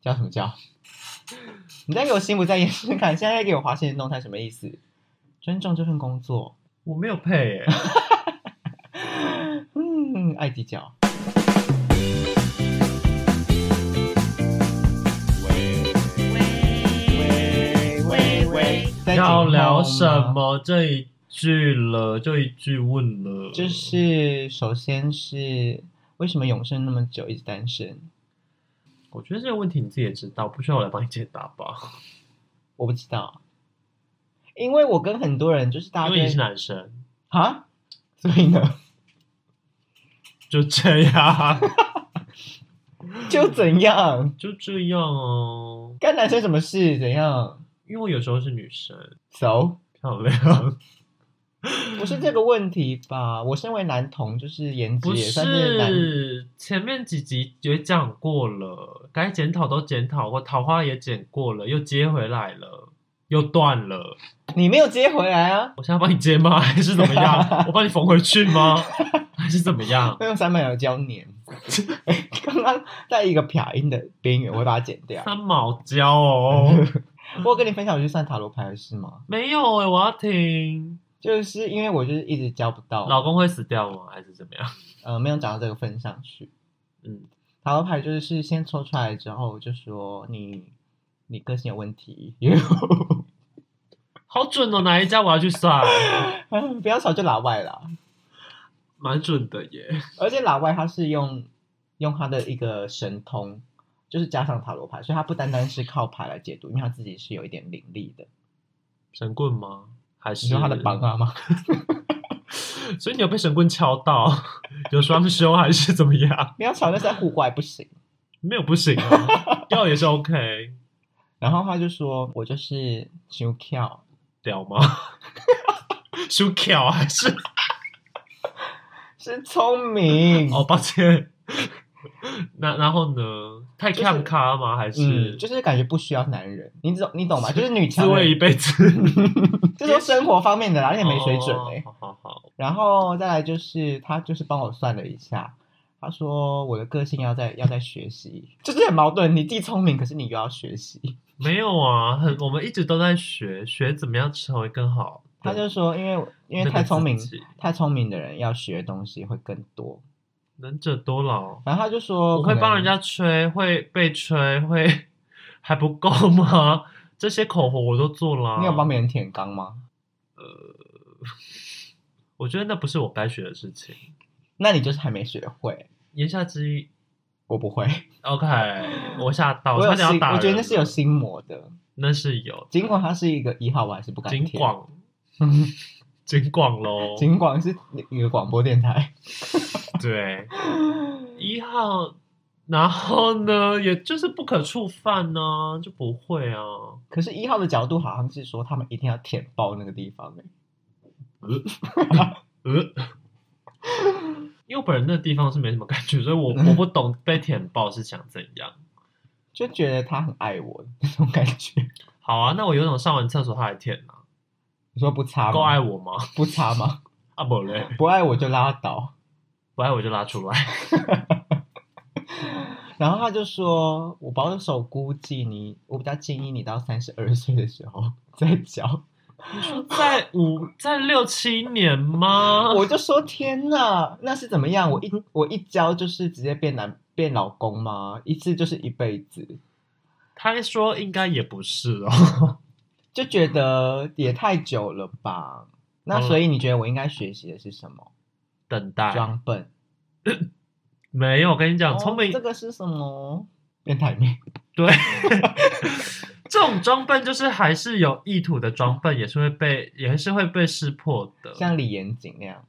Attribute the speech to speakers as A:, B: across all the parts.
A: 叫什么叫？你在给我心不在焉试看，现在在给我划线动态什么意思？尊重这份工作。
B: 我没有配、 欸，
A: 嗯，爱计较。喂喂喂喂
B: 要聊什？么这一句了，这一句问了，
A: 就是首先是为什么永生那么久一直单身？
B: 我觉得这个问题你自己也知道，不需要我来帮你解答吧？
A: 我不知道，因为我跟很多人就是大家
B: 因
A: 都
B: 为你是
A: 会
B: 男生，
A: 啊，所以呢
B: 就这样，
A: 就怎样？
B: 就这样哦。
A: 干男生什么事？怎样
B: 因为我有时候是女生，
A: ？So，
B: 漂亮，
A: 不是这个问题吧？我身为男同，就是颜值
B: 不
A: 也算是男
B: 是前面几集也讲过了，该检讨都检讨过，桃花也剪过了，又接回来了，又断了。
A: 你没有接回来啊？
B: 我现在帮你接吗？还是怎么 样？我帮你缝回去吗？还是怎么样？
A: 要用三百秒胶 粘。刚刚在一个撇音的边缘，我把它剪 掉。
B: 三毛胶哦，
A: 我有跟你分享我去算塔罗牌的事吗？
B: 没有哎、我要听。
A: 就是因为我就是一直交不到，
B: 老公会死掉吗？还是怎么样？
A: 呃没有讲到这个份上去。
B: 嗯，
A: 塔罗牌就是先抽出来之后，就说你你个性有 问题，因为我
B: 好准哦，哪一家我要去 算？
A: 不要吵就老外啦。
B: 蛮准的耶。
A: 而且老外他是用用他的一个神通，就是加上塔罗牌，所以他不单单是靠牌来解读，因为他自己是有一点灵力的。
B: 神棍吗？还
A: 你
B: 是
A: 说他的榜？啊吗？
B: 所以你有被神棍敲到， 有双胸还是怎么样？
A: 不要吵，那是在户外不行。
B: 没有不行 啊，要也是 OK，
A: 然后他就说：“我就是想跳，
B: 屌吗？ 输巧还是？
A: 是聪明。
B: 哦，抱歉。 那然后呢？太
A: 就是
B: 看咖吗？还
A: 嗯，
B: 是
A: 就是感觉不需要男人，你懂你懂吗？就是女
B: 自
A: 强
B: 慰一
A: 人，
B: 辈子？
A: 这都生活方面的啦，而且没水准哎、
B: 哦好好好，
A: 然后再来就是他就是帮我算了一下，他说我的个性要在要在学习，就是很矛盾。你既聪明，可是你又要学习。
B: 没有啊，很我们一直都在学学怎么样成为更好的
A: 他
B: 那
A: 就
B: 个自己。
A: 说，因为因为太聪明，太聪明的人要学的东西会更多。
B: 能者多劳。
A: 然后他就说，
B: 我会帮人家吹，会被吹，会 还不够吗？ 这些口红我都做了、啊
A: 你有帮？别人舔肛吗？
B: 我觉得那不是我该学的事情。
A: 那你就是还没学会。
B: 言下之意
A: 我不会，
B: ，OK，我吓到，
A: 我
B: 哦差
A: 有
B: 点
A: 心，
B: 要打人
A: 我觉得那是有
B: 了
A: 心魔的。
B: 那是有，
A: 尽管它是一个一号，我还是不敢
B: 尽
A: 听。
B: 管尽管 喽，
A: 尽管是一个广播电台，
B: 对，一号，然后呢，也就是不可触犯呢、就不会啊。
A: 可是一号的角度好像是说他们一定要舔爆那个地方、欸。
B: 呃，因为我本人那地方是没什么感觉，所以我我不懂被舔爆是想怎样。
A: 就觉得他很爱我那种感觉。
B: 好啊，那我有种上完厕所他还舔啊，
A: 你说不擦
B: 够爱
A: 吗？
B: 我吗？
A: 不擦吗？
B: 啊不嘞，
A: 不爱我就拉倒。
B: 不爱我就拉出来。
A: 然后他就说：“我保守估计你，我比较建议你到三十二岁的时候再交。
B: 在五在六七年吗？
A: 我就说：“天哪，那是怎么样？我一我一交就是直接变男变老公吗？一次就是一辈子，
B: 他说应该也不是哦。
A: 就觉得也太久了吧？那
B: 嗯
A: 所以你觉得我应该学习的是什么？
B: 等待
A: 装笨？
B: 没有，我跟你讲，
A: 哦
B: 哎聪明
A: 这个是什么？变态面？
B: 对， 这种装笨就是还是有意图的装笨，也是会被也是会被识破的。
A: 像李延景那样？”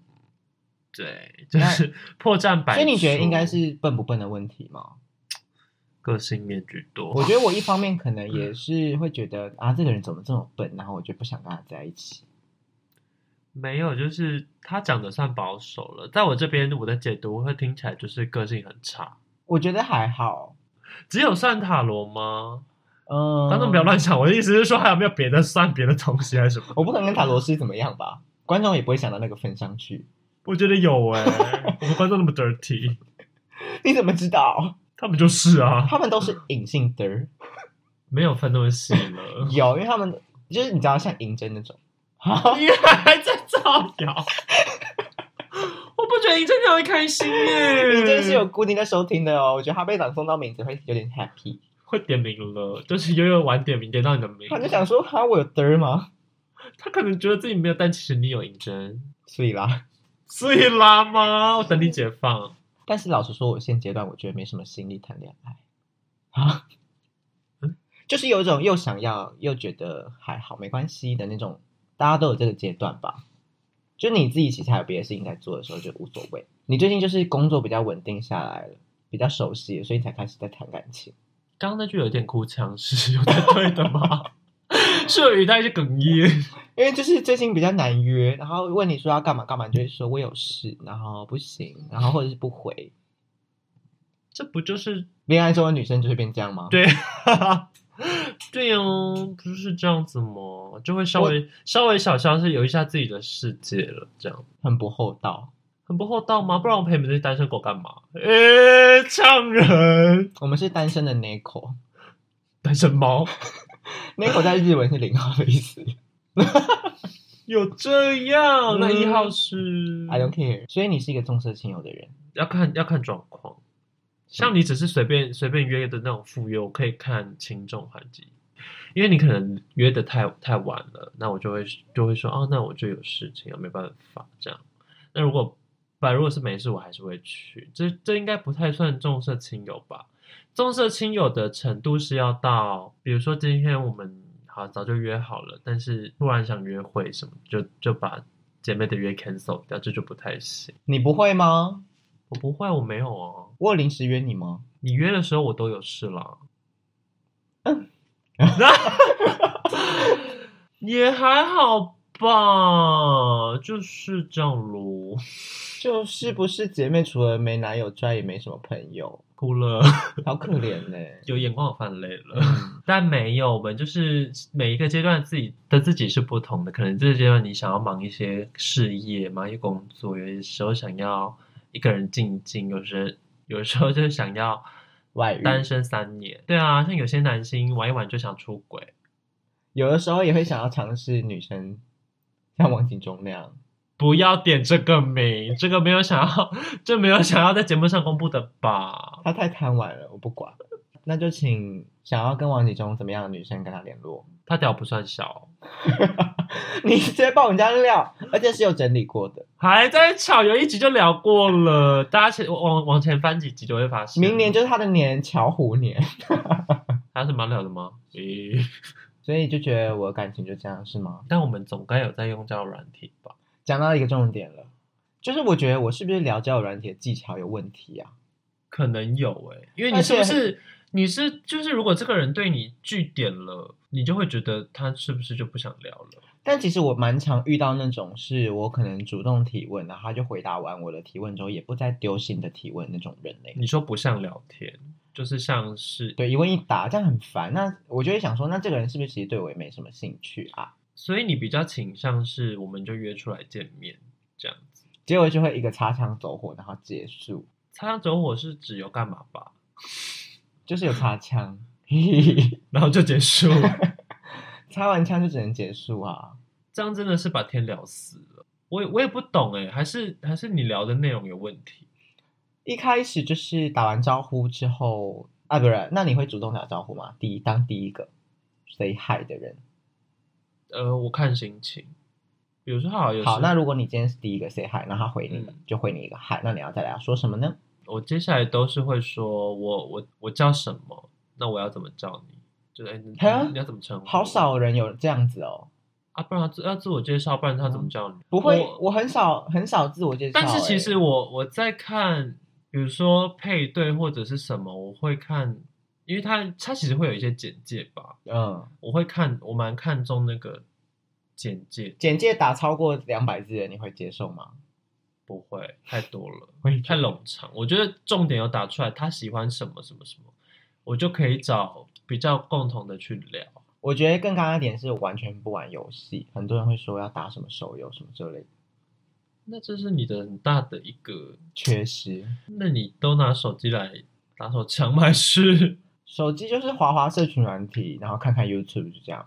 B: 对，就是破绽百出。
A: 所以你觉得应
B: 哦
A: 该是笨不笨的问题吗？
B: 个性面居多？
A: 我觉得我一方面可能也是会觉得啊，这个人怎么这么笨，然后我就不想跟他在一起。
B: 没有，就是他讲的算保守了，在我这边我的解读会听起来就是个性很差。
A: 我觉得还好，
B: 只有算塔罗吗？
A: 嗯，
B: 观众不要。乱想，我的意思是说还有没有别的算别的东西还是什么？
A: 我不可能跟塔罗师怎么样吧？观众也不会想到那个份上去。
B: 欸我觉得有哎、我们观众那么 dirty，
A: 你怎么知道？
B: 他们就是啊，
A: 他们都是隐性的，。
B: 没有分那么细了
A: 有，因为他们就是你知道像银针那种，
B: 你还在造谣？我不觉得银针跳会开心耶，
A: 银针是有固定在收听的哦。我觉得他被朗诵到名字会有点 happy，
B: 会点名了，就是悠悠晚点名点到你的名，
A: 他就想说哈我有的吗？
B: 他可能觉得自己没有，但其实你有银针，
A: 所以啦，
B: 所以拉吗？我等你解放，
A: 但是老实说，我现阶段我觉得没什么心力谈恋爱啊，就是有一种又想要又觉得还好没关系的那种，大家都有这个阶段吧。就你自己其实还有别的事情在做的时候，就无所谓。你最近就是工作比较稳定下来了，比较熟悉了，所以才开始在谈感情。
B: 刚刚那句有点哭腔，是有点对的 吗？是有语带一些哽咽，
A: 因为就是最近比较难约，然后问你说要干嘛干嘛，你就会说我有事，然后不行，然后或者是不回。
B: 这不就是
A: 恋爱中的女生就会变这样吗？
B: 对，对哦，不是这样子吗？就会稍微稍微小消是有一下自己的世界了，这样
A: 很不厚道。
B: 很不厚道吗？不然我陪你们这些单身狗干嘛？诶，呛人，
A: 我们是单身的 Nico，Nico
B: 单身猫
A: 在日文是零号的意思。
B: 有这样？那一号
A: 嗯
B: 是
A: I don't care。所以你是一个重色轻友的人，
B: 要看要看状况，像你只是随便随便约的那种赴约，我可以看轻重缓急，因为你可能约的太太晚了，那我就会就会说哦，那我就有事情了，没办法这样。那如果反如果是没事，我还是会去，这这应该不太算重色轻友吧？重色轻友的程度是要到，比如说今天我们好早就约好了，但是突然想约会什么，就就把姐妹的约 cancel 掉，这就不太行。
A: 你不会吗？
B: 我不会，我没有啊。
A: 我有临时约你吗？
B: 你约的时候我都有事啦。也还好吧，就是这样咯。
A: 就是不是姐妹除了没男友之外，也没什么朋 友，
B: 哭了，
A: 好可怜呢、
B: 有眼眶泛泪
A: 嗯
B: 了。但没有，我们就是每一个阶段自己的自己是不同的。可能这个阶段你想要忙一些事业，忙一些工作，有些时候想要一个人静静，有时有时候就想要
A: 外遇，
B: 单身三年。对啊，像有些男星玩一玩就想出轨。
A: 有的时候也会想要尝试女生，像王景忠那样。
B: 不要点这个名，这个没有想要， 这没有想要在节目上公布的吧？
A: 他太贪玩了，我不管。那就请想要跟王景忠怎么样的女生跟他联络。
B: 他屌不算小，
A: 你直接爆人家料，而且是有整理过的。
B: 还在吵，有一集就聊过了，大家前往往前翻几集就会发现。
A: 明年就是他的年，巧虎年，
B: 还有什么要聊的吗？咦，
A: 所以就觉得我的感情就这样是吗？
B: 但我们总该有在用交友软体吧？
A: 讲到一个重点了，就是我觉得我是不是聊交友软体的技巧有问题啊？
B: 可能有诶、因为你是不是你是就是如果这个人对你据点了，你就会觉得他是不是就不想聊了？
A: 但其实我蛮常遇到那种是我可能主动提问，然后他就回答完我的提问之后，也不再丢新的提问那种人类。
B: 你说不像聊天，就是像是
A: 对，一问一答，这样很烦。那我就会想说，那这个人是不是其实对我也没什么兴趣啊？
B: 所以你比较倾向是我们就约出来见面这样子。
A: 结果就会一个擦枪走火，然后结束，
B: 擦枪走火是指有干嘛吧，
A: 就是有擦枪，
B: 然后就结束，
A: 擦完枪就只能结束啊。
B: 这样真的是把天聊死了。我也我也不懂哎，还是还是你聊的内容有问题。
A: 一开始就是打完招呼之后，啊，不是，那你会主动打招呼吗？第一，当第一个 say hi 的人。
B: 呃，我看心情，比如说好有时
A: 好，那如果你今天是第一个 say hi，那他回你了，
B: 嗯
A: 就回你一个 hi，那你要再来啊说什么呢？
B: 我接下来都是会说我我我叫什么，那我要怎么叫你，就是哎你
A: 哈
B: 你要怎么称呼？
A: 好少人有这样子哦，
B: 啊，不然要自要自我介绍，不然他怎么叫你？
A: 嗯不会，
B: 我
A: 我很少很少自我介绍欸、
B: 但是其实我我在看，比如说配对或者是什么，我会看，因为它它其实会有一些简介吧，
A: 嗯，
B: 我会看，我蛮看重那个简介，
A: 简介打超过两百字的，你会接受吗？
B: 不会太多了，
A: 会
B: 太冗长。我觉得重点有打出来，他喜欢什么什么什么，我就可以找比较共同的去聊。
A: 我觉得更尴尬一点是完全不玩游戏，很多人会说要打什么手游什么之类的，
B: 那这是你的很大的一个，
A: 缺失。
B: 那你都拿手机来打手枪买是。
A: 手机就是滑滑社群软体，然后看看 YouTube 就这样。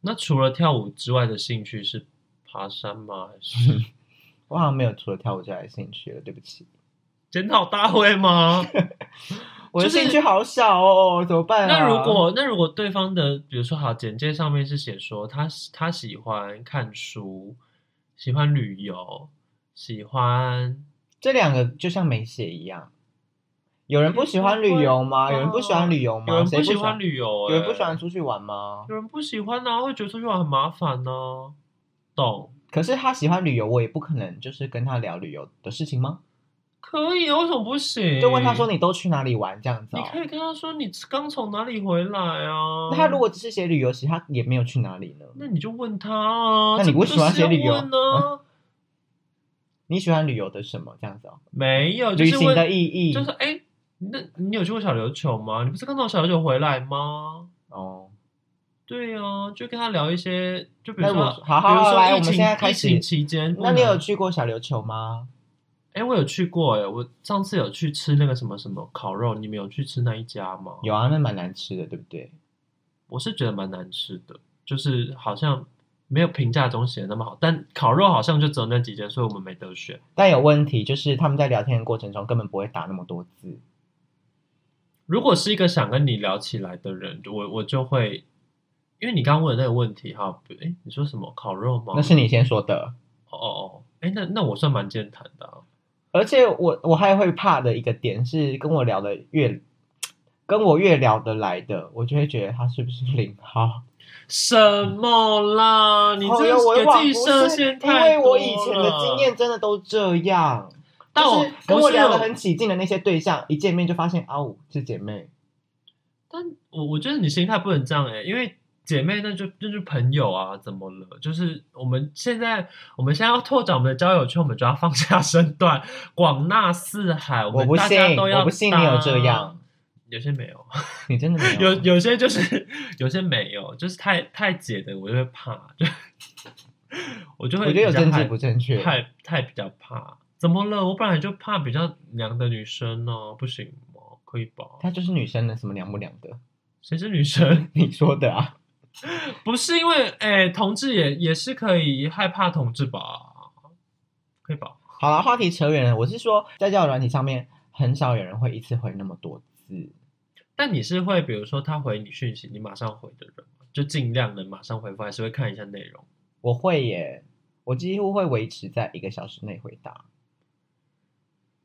B: 那除了跳舞之外的兴趣是爬山吗？还是
A: 我好像没有除了跳舞之外的兴趣了，对不起。
B: 检讨大会 吗？
A: 啊我的
B: 就是
A: 兴趣好小哦，怎么办、啊？
B: 那如果那如果对方的，比如说好简介上面是写说他他喜欢看书，喜欢旅游，喜欢
A: 这两个就像没写一样，有人不喜欢旅游吗？有人不喜欢旅游吗？
B: 有人
A: 谁
B: 不
A: 不
B: 喜欢旅游、
A: 游
B: 欸，
A: 有人不喜欢出去玩吗？
B: 有人不喜欢呢、啊，会觉得出去玩很麻烦呢、懂？
A: 可是他喜欢旅游，我也不可能就是跟他聊旅游的事情吗？
B: 可以啊，为什么不行？
A: 就问他说你都去哪里玩这样子、
B: 嗯你
A: 哦？
B: 可以跟他说你刚从哪里回来啊。
A: 那他如果只是写旅游，其实他也没有去哪里呢？
B: 那你就问他啊，
A: 那你
B: 这不
A: 为什么要
B: 就是要
A: 写旅游哦
B: 问啊呢？
A: 你喜欢旅游的什么这样子哦？
B: 没有，就
A: 旅
B: 是
A: 行
B: 问，
A: 的意义
B: 就是哎、那你有去过小琉球吗？你不是刚从小琉球回来吗？
A: 哦，
B: 对啊，就跟他聊一些，就比如
A: 那
B: 说，
A: 我好好
B: 比如
A: 好
B: 说
A: 来，
B: 疫
A: 我们
B: 情
A: 现在开
B: 疫
A: 始
B: 情。期间不能，
A: 那你有去过小琉球吗？
B: 哎、我有去过哎、我上次有去吃那个什么什么烤肉，你们有去吃那一家吗？
A: 有啊，那蛮难吃的，对不对？
B: 我是觉得蛮难吃的，就是好像没有评价中写的那么好，但烤肉好像就只有那几间，所以我们没得选。
A: 但有问题就是他们在聊天的过程中根本不会打那么多字，
B: 如果是一个想跟你聊起来的人，我我就会，因为你刚刚问的那个问题哈，哎，你说什么烤肉吗？
A: 那是你先说的。
B: 哦哦哦，哎，那那我算蛮健谈的、啊，
A: 而且我我还会怕的一个点是，跟我聊的越跟我越聊得来的，我就会觉得他是不是零号？
B: 什么啦？你这
A: 哦好有
B: 个
A: 委
B: 给
A: 婉
B: 自己
A: 不
B: 设限
A: 是因
B: 太
A: 为
B: 多
A: 我
B: 了。
A: 以前的经验真的都这样。
B: 但我
A: 就是跟我
B: 不是有
A: 聊得很起劲的那些对象，一见面就发现啊，我是姐妹。
B: 但我我觉得你心态不能这样哎、因为姐妹那就那就朋友啊，怎么了？就是我们现在我们现在要拓展我们的交友圈，我们就要放下身段，广纳四海。
A: 我
B: 们
A: 不
B: 大家
A: 信，
B: 都要
A: 我不信你有这
B: 当
A: 样，，
B: 有些没有，
A: 你真的没
B: 有有些就是 有些没有，就是太太姐的我就会怕，就 我就
A: 我
B: 会
A: 觉得有
B: 比较
A: 政治
B: 害
A: 不正确。
B: 太太比较怕。怎么了？我本来就怕比较娘的女生呢、不行吗？可以吧？
A: 她就是女生的，什么娘不娘的？
B: 谁是女生？
A: 你说的啊？
B: 不是因为哎、同志也也是可以害怕同志吧？可以吧？
A: 好了，话题扯远了。我是说，在交友软体上面，很少有人会一次回那么多字。
B: 但你是会比如说他回你讯息，你马上回的人吗？就尽量能马上回复，还是会看一下内容？
A: 我会耶，我几乎会维持在一个小时内回答。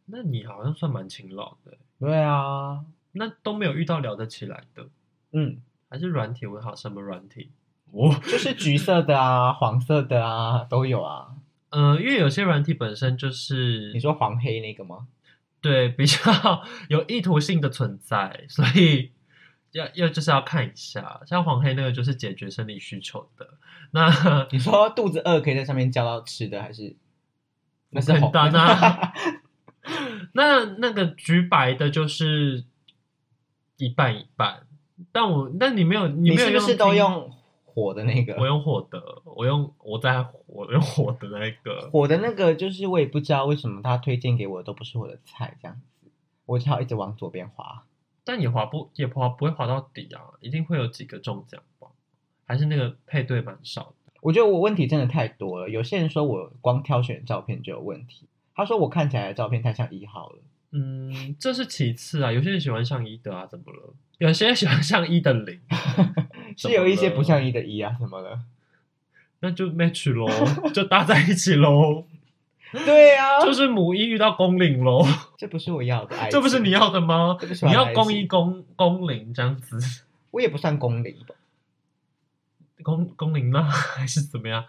B: 那你好像算蛮勤劳的、
A: 对啊，
B: 那都没有遇到聊得起来的，
A: 嗯，
B: 还是软体问好什么软体？哦，
A: 就是橘色的啊， 黄色的啊，都有啊。
B: 嗯、因为有些软体本身就是
A: 你说黄黑那个吗？
B: 对比较 有意图性的存在，所以 要要就是要看一下，像黄黑那个就是解决生理需求的，那
A: 你说肚子饿可以在上面叫到吃的，还是那是
B: 很
A: 红
B: 单啊。 那那个橘白的就是一半一半，但我但你没有你
A: 你
B: 没有
A: 是不是都
B: 听？
A: 用火的那
B: 我
A: 个？
B: 用火的，我用我在火我用火的那个，
A: 火的那个就是我也不知道为什么他推荐给我的都不是我的菜，这样子，我只好一直往左边滑。
B: 但你滑不也滑不会滑到底啊，一定会有几个中奖吧？还是那个配对蛮少的。
A: 我觉得我问题真的太多了。有些人说我光挑选照片就有问题，他说我看起来的照片太像一号了。
B: 嗯，这是其次啊，有些人喜欢上一的啊，怎么了？有些人喜欢上一的零， 怎
A: 是
B: 么
A: 有一些
B: 了
A: 不像一的 一啊，什么了？
B: 那就 match 喽，就搭在一起喽，
A: 对啊，
B: 就是母一遇到公零喽，
A: 这不是我要的爱情，
B: 这不是你要的吗
A: 这不？是我
B: 你
A: 爱
B: 要
A: 情
B: 公一公公零这样子，
A: 我也不算公理吧。
B: 公公零呢 还是怎么样？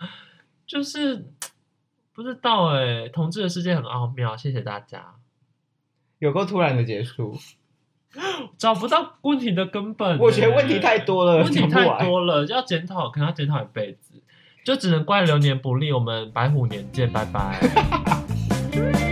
B: 就是不知道哎、同志的世界很奥妙，谢谢大家，
A: 有够突然的结束，
B: 找不到问题的根本欸、
A: 我觉得问题太多了，
B: 问题
A: 讲不
B: 太
A: 完
B: 多了，要检讨，可能要检讨一辈子，就只能怪流年不利。我们白虎年见，拜拜。